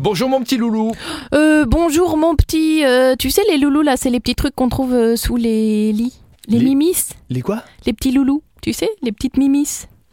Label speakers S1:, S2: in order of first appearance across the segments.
S1: Bonjour mon petit loulou.
S2: Euh, bonjour mon petit, euh, tu sais les loulous là, c'est les petits trucs qu'on trouve euh, sous les lits, les,
S1: Les-
S2: mimis,
S1: Les quoi
S2: les petits loulous, tu sais, les petites mimis,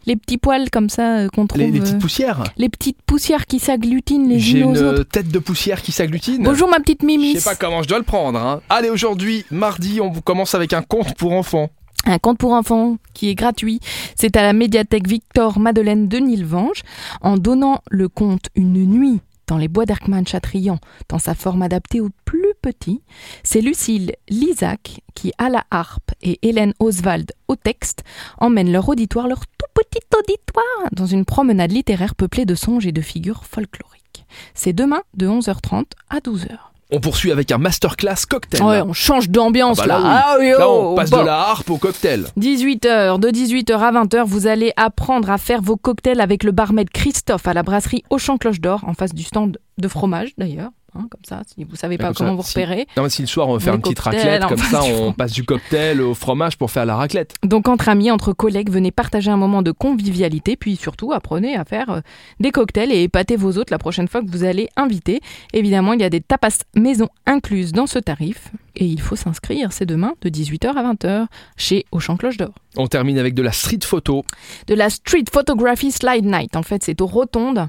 S2: les petits poils comme ça euh, qu'on trouve,
S1: les, les petites
S2: euh,
S1: poussières
S2: les petites poussières qui s'agglutinent les
S1: J'ai
S2: unes
S1: une
S2: aux autres.
S1: tête de poussière qui s'agglutine.
S2: Bonjour ma petite
S1: Je
S2: mimis.
S1: sais pas comment je dois le prendre. hein. Allez, aujourd'hui, mardi, on vous commence avec un conte pour enfants.
S2: Un conte pour enfants qui est gratuit. C'est à la médiathèque Victor Madeleine de Nilvange. En donnant le conte Une nuit dans les bois d'Erckmann-Chatrian, dans sa forme adaptée aux plus petits, c'est Lucille Lisac qui, à la harpe, et Hélène Oswald au texte, emmènent leur auditoire, leur tout petit auditoire, dans une promenade littéraire peuplée de songes et de figures folkloriques. C'est demain de 11h30 à 12h.
S1: On poursuit avec un masterclass cocktail.
S2: Ouais, on change d'ambiance
S1: Ah bah
S2: là.
S1: là,
S2: Ah oui,
S1: Là,
S2: oh,
S1: on passe
S2: bon.
S1: de la harpe au cocktail.
S2: 18h, de 18h à 20h, vous allez apprendre à faire vos cocktails avec le barmaid Christophe à la brasserie Auchan Cloche d'Or, en face du stand de fromage d'ailleurs. Hein, comme ça, si vous savez
S1: Ouais,
S2: pas
S1: comme ça,
S2: comment vous
S1: si.
S2: repérez.
S1: Non, mais si le soir on veut faire
S2: Les
S1: une petite
S2: cocktails,
S1: raclette,
S2: on
S1: comme
S2: passe
S1: ça
S2: du
S1: on
S2: fromage.
S1: passe du cocktail au fromage pour faire la raclette.
S2: Donc entre amis, entre collègues, venez partager un moment de convivialité, puis surtout apprenez à faire euh, des cocktails et épatez vos autres la prochaine fois que vous allez inviter. Évidemment, il y a des tapas maison incluses dans ce tarif et il faut s'inscrire, c'est demain de 18h à 20h chez Auchan Cloche d'Or.
S1: On termine avec de la street photo.
S2: de la Street Photography Slide Night. En fait, c'est aux Rotonde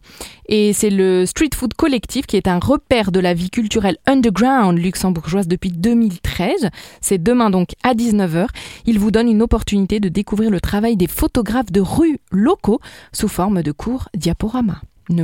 S2: et c'est le Street Food Collectif qui est un repère de la vie culturelle underground luxembourgeoise depuis 2013. C'est demain donc à 19h. Il vous donne une opportunité de découvrir le travail des photographes de rue locaux sous forme de cours diaporama.